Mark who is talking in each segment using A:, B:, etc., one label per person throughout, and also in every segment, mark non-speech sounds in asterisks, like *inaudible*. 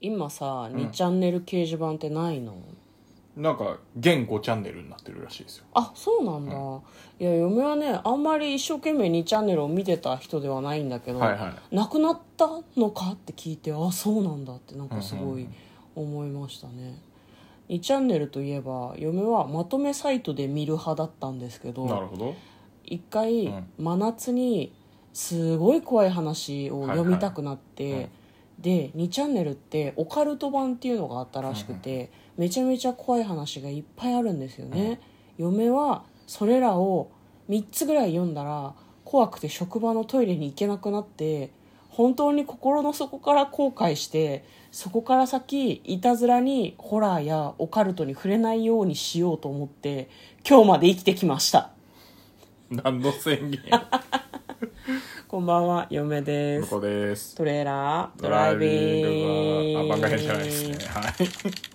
A: 今さ、
B: ん
A: 2チャンネル掲示板ってないの
B: なんか現5チャンネルになってるらしいですよ
A: あそうなんだ、いや嫁はねあんまり一生懸命2チャンネルを見てた人ではないんだけど、
B: はいは
A: なくなったのかって聞いてあそうなんだってなんかす
B: うんう
A: ご
B: んう
A: い
B: ん
A: 思いましたね、二2チャンネルといえば嫁はまとめサイトで見る派だったんですけ
B: なる
A: ど
B: ほど
A: 一回、
B: うん
A: 真夏にすごい怖い話を読みたくなって、
B: はいはいうん
A: で2チャンネルってオカルト版っていうのがあったらしくて、めちゃめちゃ怖い話がいっぱいあるんですよね、嫁はそれらを3つぐらい読んだら怖くて職場のトイレに行けなくなって本当に心の底から後悔してそこから先いたずらにホラーやオカルトに触れないようにしようと思って今日まで生きてきました
B: 何の宣
A: *laughs*
B: 言
A: こんばんは嫁で
B: こ
A: す
B: こです
A: トレーラードライビング
B: ドライビングはあ番外編じゃないですねはい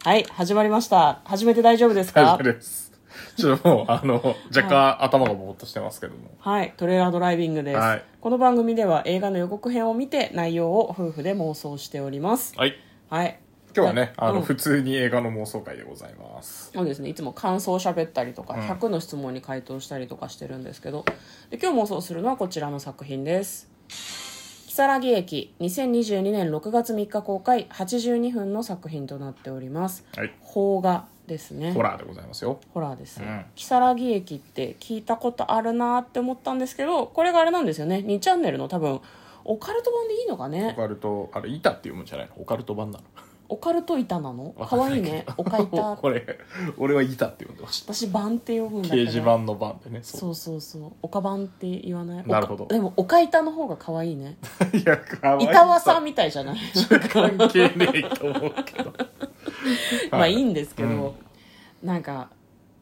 A: はい、始まりました。始めて大丈夫です
B: 大
A: か
B: 丈夫ですちょっともうあの若干頭がぼーっとしてますけども
A: はい、トレーラードライビングです、
B: はい
A: この番組では映画の予告編を見て内容を夫婦で妄想しております。
B: はい
A: はい。
B: 今日はねあの、
A: うん
B: 普通に映画の妄想会でございます
A: そうですね、いつも感想を喋ったりとか、
B: ん
A: 100の質問に回答したりとかしてるんですけど、で今日妄想するのはこちらの作品です。如月駅、2022年6月3日公開、82分の作品となっております。
B: はい
A: 邦画ですね。
B: ホラーでございますよ
A: ホラーです、
B: うん
A: 如月駅って聞いたことあるなーって思ったんですけどこれがあれなんですよね2チャンネルの多分オカルト版でいいのか
B: オ
A: ね
B: カルトあれ板っていうもんじゃないのオカルト版なの
A: オカルト板なの
B: わ
A: か
B: かん
A: わ
B: ないい
A: い
B: けど
A: ねオカイタ
B: *laughs* これ俺は板って呼んでました
A: 私版って呼ぶんだけど
B: 掲示板の版でね
A: そうそうそうオカ版って言わない
B: なるほど
A: オカでもオカイタの方がかわいいね
B: いやかわいい
A: 板わさみたいじゃない
B: 関係ねえと思うけど
A: まあいいんですけど、
B: うん
A: なんか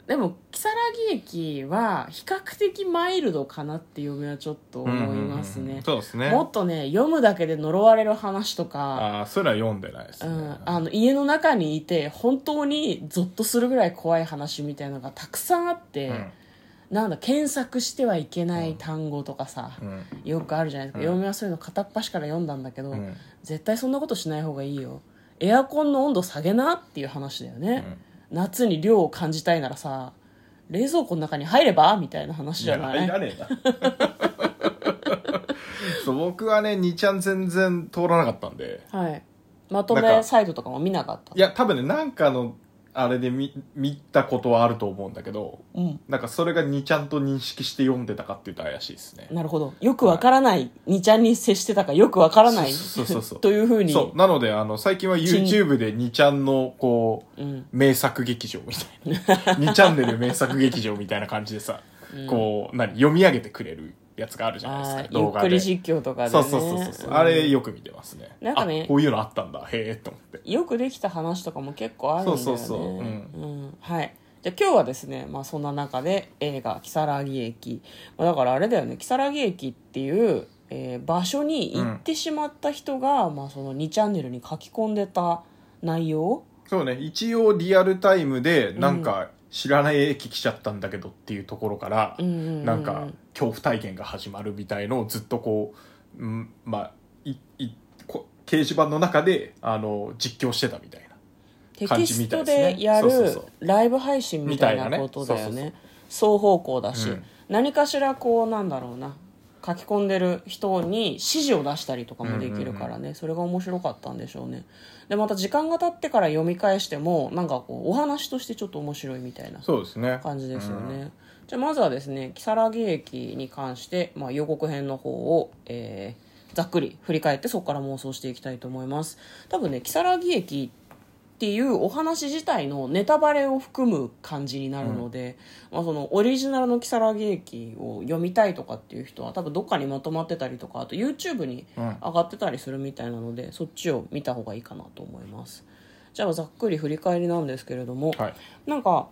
A: でも如月駅は比較的マイルドかなって嫁はちょっと思いますね、
B: うんうん *laughs* うんそうですね
A: もっとね読むだけで呪われる話とか
B: ああそういうのは読んでないです
A: う
B: ね、
A: ん、あの家の中にいて本当にゾッとするぐらい怖い話みたいなのがたくさんあって、なんだ検索してはいけない単語とかさ、
B: うんうん
A: よくあるじゃないですか、
B: うん
A: 嫁はそういうの片っ端から読んだんだけど、
B: うん
A: 絶対そんなことしない方がいいよエアコンの温度下げなっていう話だよね、夏に涼を感じたいならさ冷蔵庫の中に入ればみたいな話じゃない
B: いや入らねえな *laughs* そう僕はね2ちゃん全然通らなかったんで
A: はい、まと
B: なん
A: め
B: か
A: サイトとかも見なかった
B: いや多分ねなんかのあれで見見たことはあると思うんだけど
A: うん
B: なんかそれが2ちゃんと認識して読んでたかっていうと怪しいですね
A: なるほど。よくわからない、二ちゃんに接してたかよくわからない。
B: そうそうそうそう
A: *laughs* というふうに。
B: そうなのであの最近は YouTube で2ちゃんのこう
A: うん。
B: 名作劇場みたいな2 *laughs* チャンネル名作劇場みたいな感じでさ、こう何読み上げてくれるやつがあるじゃないです
A: あ
B: か
A: あ、ゆっく
B: で
A: り実況とかでね。
B: そうそうそうそう、
A: ん
B: あれよく見てますね
A: なんかね
B: あこういうのあったんだへえと思って
A: よくできた話とかも結構あるんだよね。
B: そうそうそううん
A: んはい。じゃあ今日はですね、まあそんな中で映画、如月駅。まあだからあれだよね、如月駅っていう、えー場所に行ってしまった人が、まあその2チャンネルに書き込んでた内容
B: そうね一応リアルタイムでなんか知らない駅来ちゃったんだけどっていうところから、
A: うんうんうん
B: なんか恐怖体験が始まるみたいのをずっとこう、うん、まあいいこ掲示板の中であの実況してたみたいな
A: テ
B: 感
A: キ
B: じ
A: ス
B: みたい
A: ト
B: ですね
A: でやる
B: そうそうそう
A: ライブ配信みたいなことだよ
B: みたいな
A: ね双方向だし、
B: うん
A: 何かしらこうなんだろうな書き込んでる人に指示を出したりとかもできるからね、それが面白かったんでしょうねでまた時間が経ってから読み返してもなんかこうお話としてちょっと面白いみたいな
B: そうですね
A: 感じですよね、じゃあまずはですね如月駅に関して、まあ、予告編の方を、えーざっくり振り返ってそこから妄想していきたいと思います多分ね如月駅っていうお話自体のネタバレを含む感じになるので、まあ、そのオリジナルの如月駅を読みたいとかっていう人は多分どっかにまとまってたりとかあと YouTube に
B: うん
A: 上がってたりするみたいなので、そっちを見た方がいいかなと思いますじゃあざっくり振り返りなんですけれども、
B: はい
A: なんか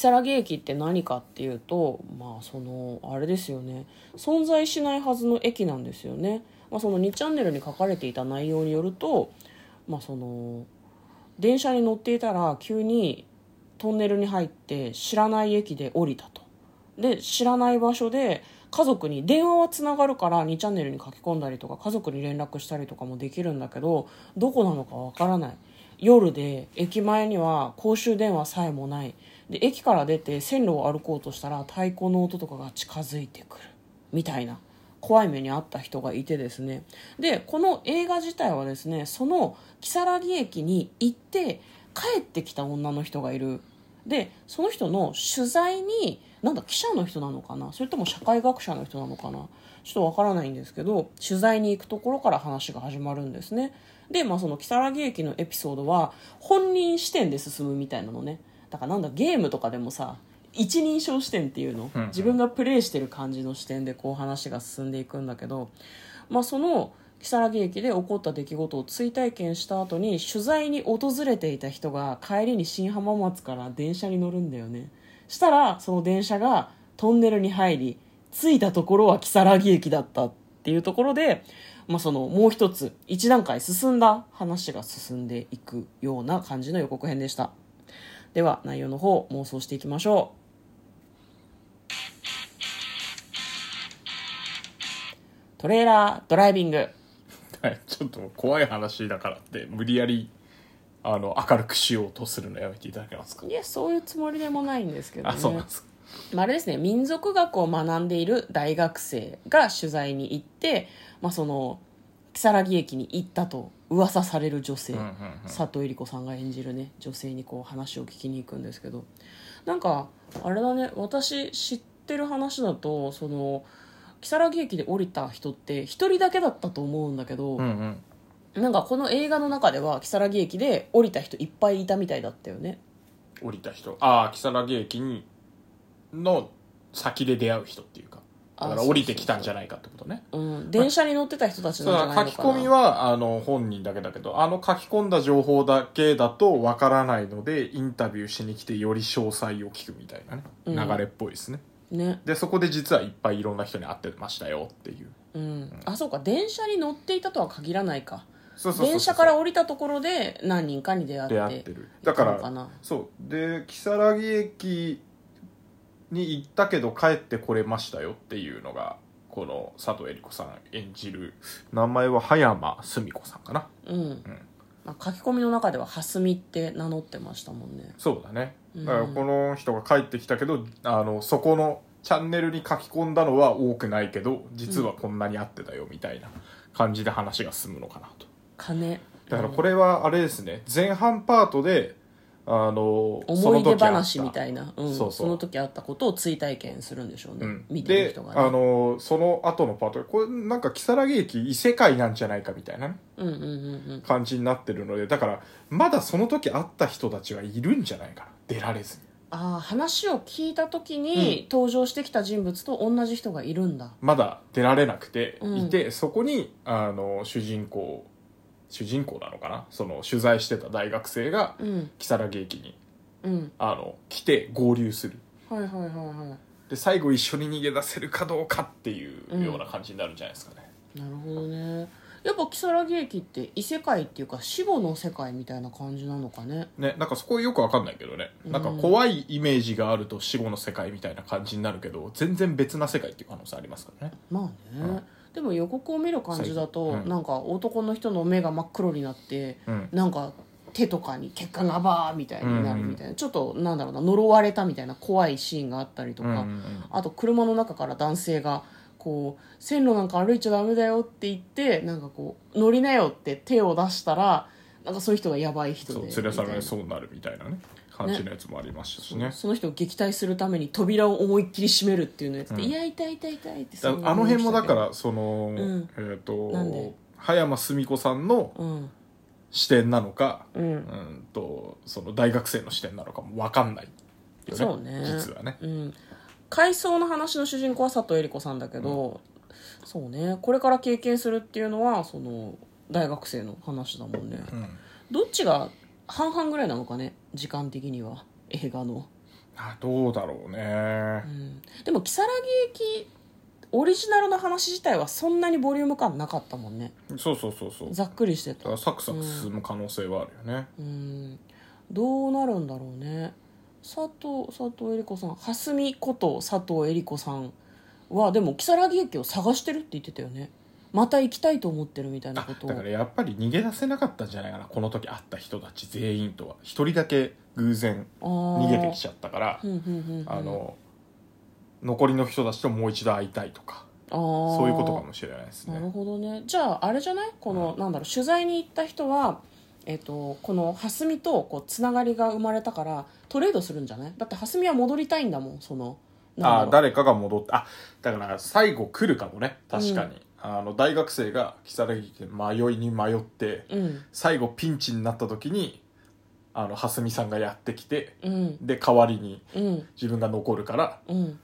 A: 如月駅って何かっていうとまあそのあれですよね存在しないはずの駅なんですよね、まあ、その2チャンネルに書かれていた内容によるとまあその電車に乗っていたら急にトンネルに入って知らない駅で降りたとで知らない場所で家族に電話はつながるから2チャンネルに書き込んだりとか家族に連絡したりとかもできるんだけどどこなのかわからない夜で駅前には公衆電話さえもないで駅から出て線路を歩こうとしたら太鼓の音とかが近づいてくるみたいな怖い目に遭った人がいてですねでこの映画自体はですねその木更木駅に行って帰ってきた女の人がいるでその人の取材になんだ記者の人なのかなそれとも社会学者の人なのかなちょっとわからないんですけど取材に行くところから話が始まるんですねで、まあ、その木更木駅のエピソードは本人視点で進むみたいなのねだからなんだゲームとかでもさ一人称視点っていうの
B: うんうん
A: 自分がプレイしてる感じの視点でこう話が進んでいくんだけど、まあ、その木更木駅で起こった出来事を追体験した後に取材に訪れていた人が帰りに新浜松から電車に乗るんだよねしたらその電車がトンネルに入り着いたところは木更木駅だったっていうところで、まあ、そのもう一つ一段階進んだ話が進んでいくような感じの予告編でしたでは内容の方妄想していきましょうトレーラードライビング
B: はい、ちょっと怖い話だからって無理やりあの明るくしようとするのやめていただけますか
A: いやそういうつもりでもないんですけどね
B: あそうなんですか
A: まあ、あれですね民族学を学んでいる大学生が取材に行って、まあ、その木更木駅に行ったと噂される女性、
B: うんうんうん
A: 佐藤恵理子さんが演じるね女性にこう話を聞きに行くんですけどなんかあれだね私知ってる話だとその木更木駅で降りた人って一人だけだったと思うんだけど、
B: うんうん
A: なんかこの映画の中では木更木駅で降りた人いっぱいいたみたいだったよね
B: 降りた人ああ木更木駅にの先で出会う人っていうかだから
A: あ
B: 降りてきたんじゃないかってことね
A: うん、電車に乗ってた人たち
B: そ
A: なんじゃない
B: う書
A: の
B: き
A: かな
B: 込みはあの本人だけだけどあの書き込んだ情報だけだとわからないのでインタビューしに来てより詳細を聞くみたいなね、
A: うん
B: 流れっぽいですね
A: ね
B: でそこで実はいっぱいいろんな人に会ってましたよっていう
A: うん、あそうか電車に乗っていたとは限らないか
B: そうそうそうそう
A: 電車から降りたところで何人かに出会って
B: 出会ってるだから
A: いたのな
B: そうで木更木駅に行ったけど帰ってこれましたよっていうのがこの佐藤恵理子さん演じる名前は葉山澄子さんかな
A: うん、まあ、書き込みの中では「蓮見」って名乗ってましたもんね
B: そうだね
A: うん
B: だからこの人が帰ってきたけどあのそこのチャンネルに書き込んだのは多くないけど実はこんなに合ってたよみたいな感じで話が進むのかなと
A: 金
B: だからこ
A: れ、
B: れはあれですね前半パートであの
A: うん思い出話
B: その時あ
A: み
B: った
A: いなうん、
B: そうそう
A: の時あったことを追体験するんでしょうね、
B: うん
A: 見てる
B: で
A: 人が、ね、
B: あのその後のパートこれなんか如月駅異世界なんじゃないかみたいなね
A: うんうんうんうん
B: 感じになってるのでだからまだその時会った人たちはいるんじゃないかな出られずに
A: ああ話を聞いた時に登場してきた人物と同じ人がいるんだ
B: まだ出られなくて
A: うん
B: いて、そこにあの主人公主人公なのかなその取材してた大学生が
A: うん
B: 如月駅に
A: うん
B: あの来て合流する
A: はいはいはいは
B: で最後一緒に逃げ出せるかどうかっていうような感じになるんじゃないですかね、
A: いなるほどねやっぱ如月駅って異世界っていうか死後の世界みたいな感じなのかね
B: ね、なんかそこよくわかんないけどね、なんか怖いイメージがあると死後の世界みたいな感じになるけど全然別な世界っていう可能性ありますからね
A: まあね、でも予告を見る感じだと、
B: 最後うん
A: なんか男の人の目が真っ黒になって、
B: うん
A: なんか手とかに血管がバーみたいになるみたいな、ちょっとなんだろうな呪われたみたいな怖いシーンがあったりとか、
B: うんうんうん
A: あと車の中から男性がこう線路なんか歩いちゃダメだよって言ってなんかこう乗りなよって手を出したらなんかそういう人がやばい人
B: そ
A: で
B: う連れ去られ
A: みたいな
B: そうになるみたいなね感じのやつもありましたしね
A: その人を撃退するために扉を思いっきり閉めるっていうのをやってて、
B: うん
A: いや痛い痛い痛いってす
B: だ
A: ごい思いましたけど
B: あの辺もだからその、
A: ん
B: えっ、
A: なんで
B: と葉山澄子さんの
A: うん
B: 視点なのか、
A: う
B: うんんとその大学生の視点なのかもわかんないよね
A: そうね
B: 実はね
A: うん、回想の話の主人公は佐藤恵理子さんだけど、そうねこれから経験するっていうのはその大学生の話だもんね、
B: うん
A: どっちが半々ぐらいなのかね時間的には映画の、
B: あどうだろうね
A: うん、でも如月駅オリジナルの話自体はそんなにボリューム感なかったもんね
B: そうそうそうそう
A: ざっくりして
B: だか
A: た
B: らサクサク進む可能性はあるよね、
A: うんどうなるんだろうね佐藤佐藤恵理子さん蓮見こと佐藤恵理子さんはでも如月駅を探してるって言ってたよねまた行きたいと思ってるみたいな
B: あ
A: ことを
B: だからやっぱり逃げ出せなかったんじゃないかなこの時会った人たち全員とは一人だけ偶然逃
A: 逃
B: げてきちゃったからあの残りの人たちともう一度会いたいとか
A: そ
B: そういうことかもしれないです
A: なる
B: ね
A: ほどねじゃああれじゃないこの、
B: う
A: なんだろう取材に行った人は、えっとこの蓮見とこうつながりが生まれたからトレードするんじゃないだって蓮見は戻りたいんだもんそのなんだ
B: あー
A: ろう
B: 誰かが戻ってあだから最後来るかもね確かに、あの大学生が如月で迷いに迷って
A: うん
B: 最後ピンチになった時にあの蓮見さんがやってきて
A: うん
B: で代わりに
A: うん
B: 自分が残るから
A: うん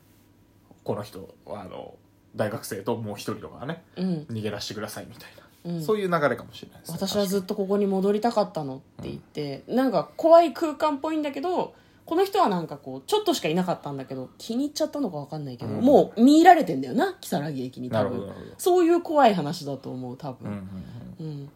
B: この人あの大学生ともう一人とかがね
A: うん
B: 逃げ出してくださいみたいな、
A: うん
B: そういう流れかもしれないですね、
A: 私はずっ
B: と
A: とここに戻りたかったのって言って、なんか怖い空間っぽいんだけどこの人はなんかこうちょっとしかいなかったんだけど気に入っちゃったのか分かんないけど、
B: うん
A: もう見入られてんだよな如月駅に
B: な
A: 多
B: るほどな
A: 分
B: るほど
A: そういう怖い話だと思う多分、
B: うんうんうん
A: うん、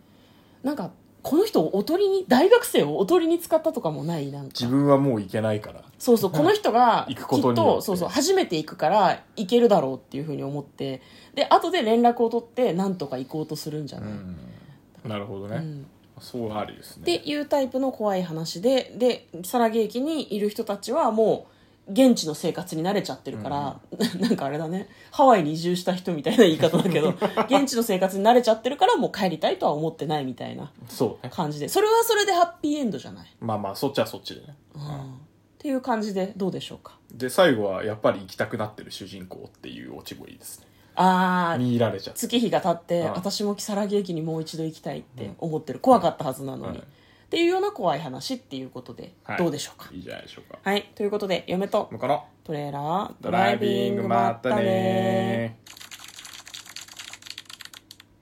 A: なんかこの人をおとりに大学生をおとりに使ったとかもないなんか
B: 自分はもういけないから
A: そうそうこの人がき
B: 行
A: っ
B: くことによって
A: とそうそう初めて行くから行けるだろうっていうふうに思ってで後で連絡を取ってなんとか行こうとするんじゃ
B: う
A: ない、
B: んなるほど
A: う
B: ね、
A: ん
B: そうありですね
A: っていうタイプの怖い話ででサラゲ駅にいる人たちはもう現地の生活に慣れちゃってるから、 *laughs* なんかあれだねハワイに移住した人みたいな言い方だけど *laughs* 現地の生活に慣れちゃってるからもう帰りたいとは思ってないみたいな
B: そうね
A: 感じでそれはそれでハッピーエンドじゃない、
B: まあまあそっちはそっちでね、
A: うんっていう感じでどうでしょうか
B: で最後はやっぱり行きたくなってる主人公っていうオチもいいですね
A: あー
B: 見入られちゃって
A: 月日が経って
B: うん
A: 私も如月駅にもう一度行きたいって思ってる怖かったはずなのに、
B: うん
A: っていうような怖い話っていうことで
B: はい
A: どうでしょうか
B: いいじゃないでしょうか
A: はい、ということで嫁と
B: 向こうの
A: トレーラード
B: ドライビングまったねー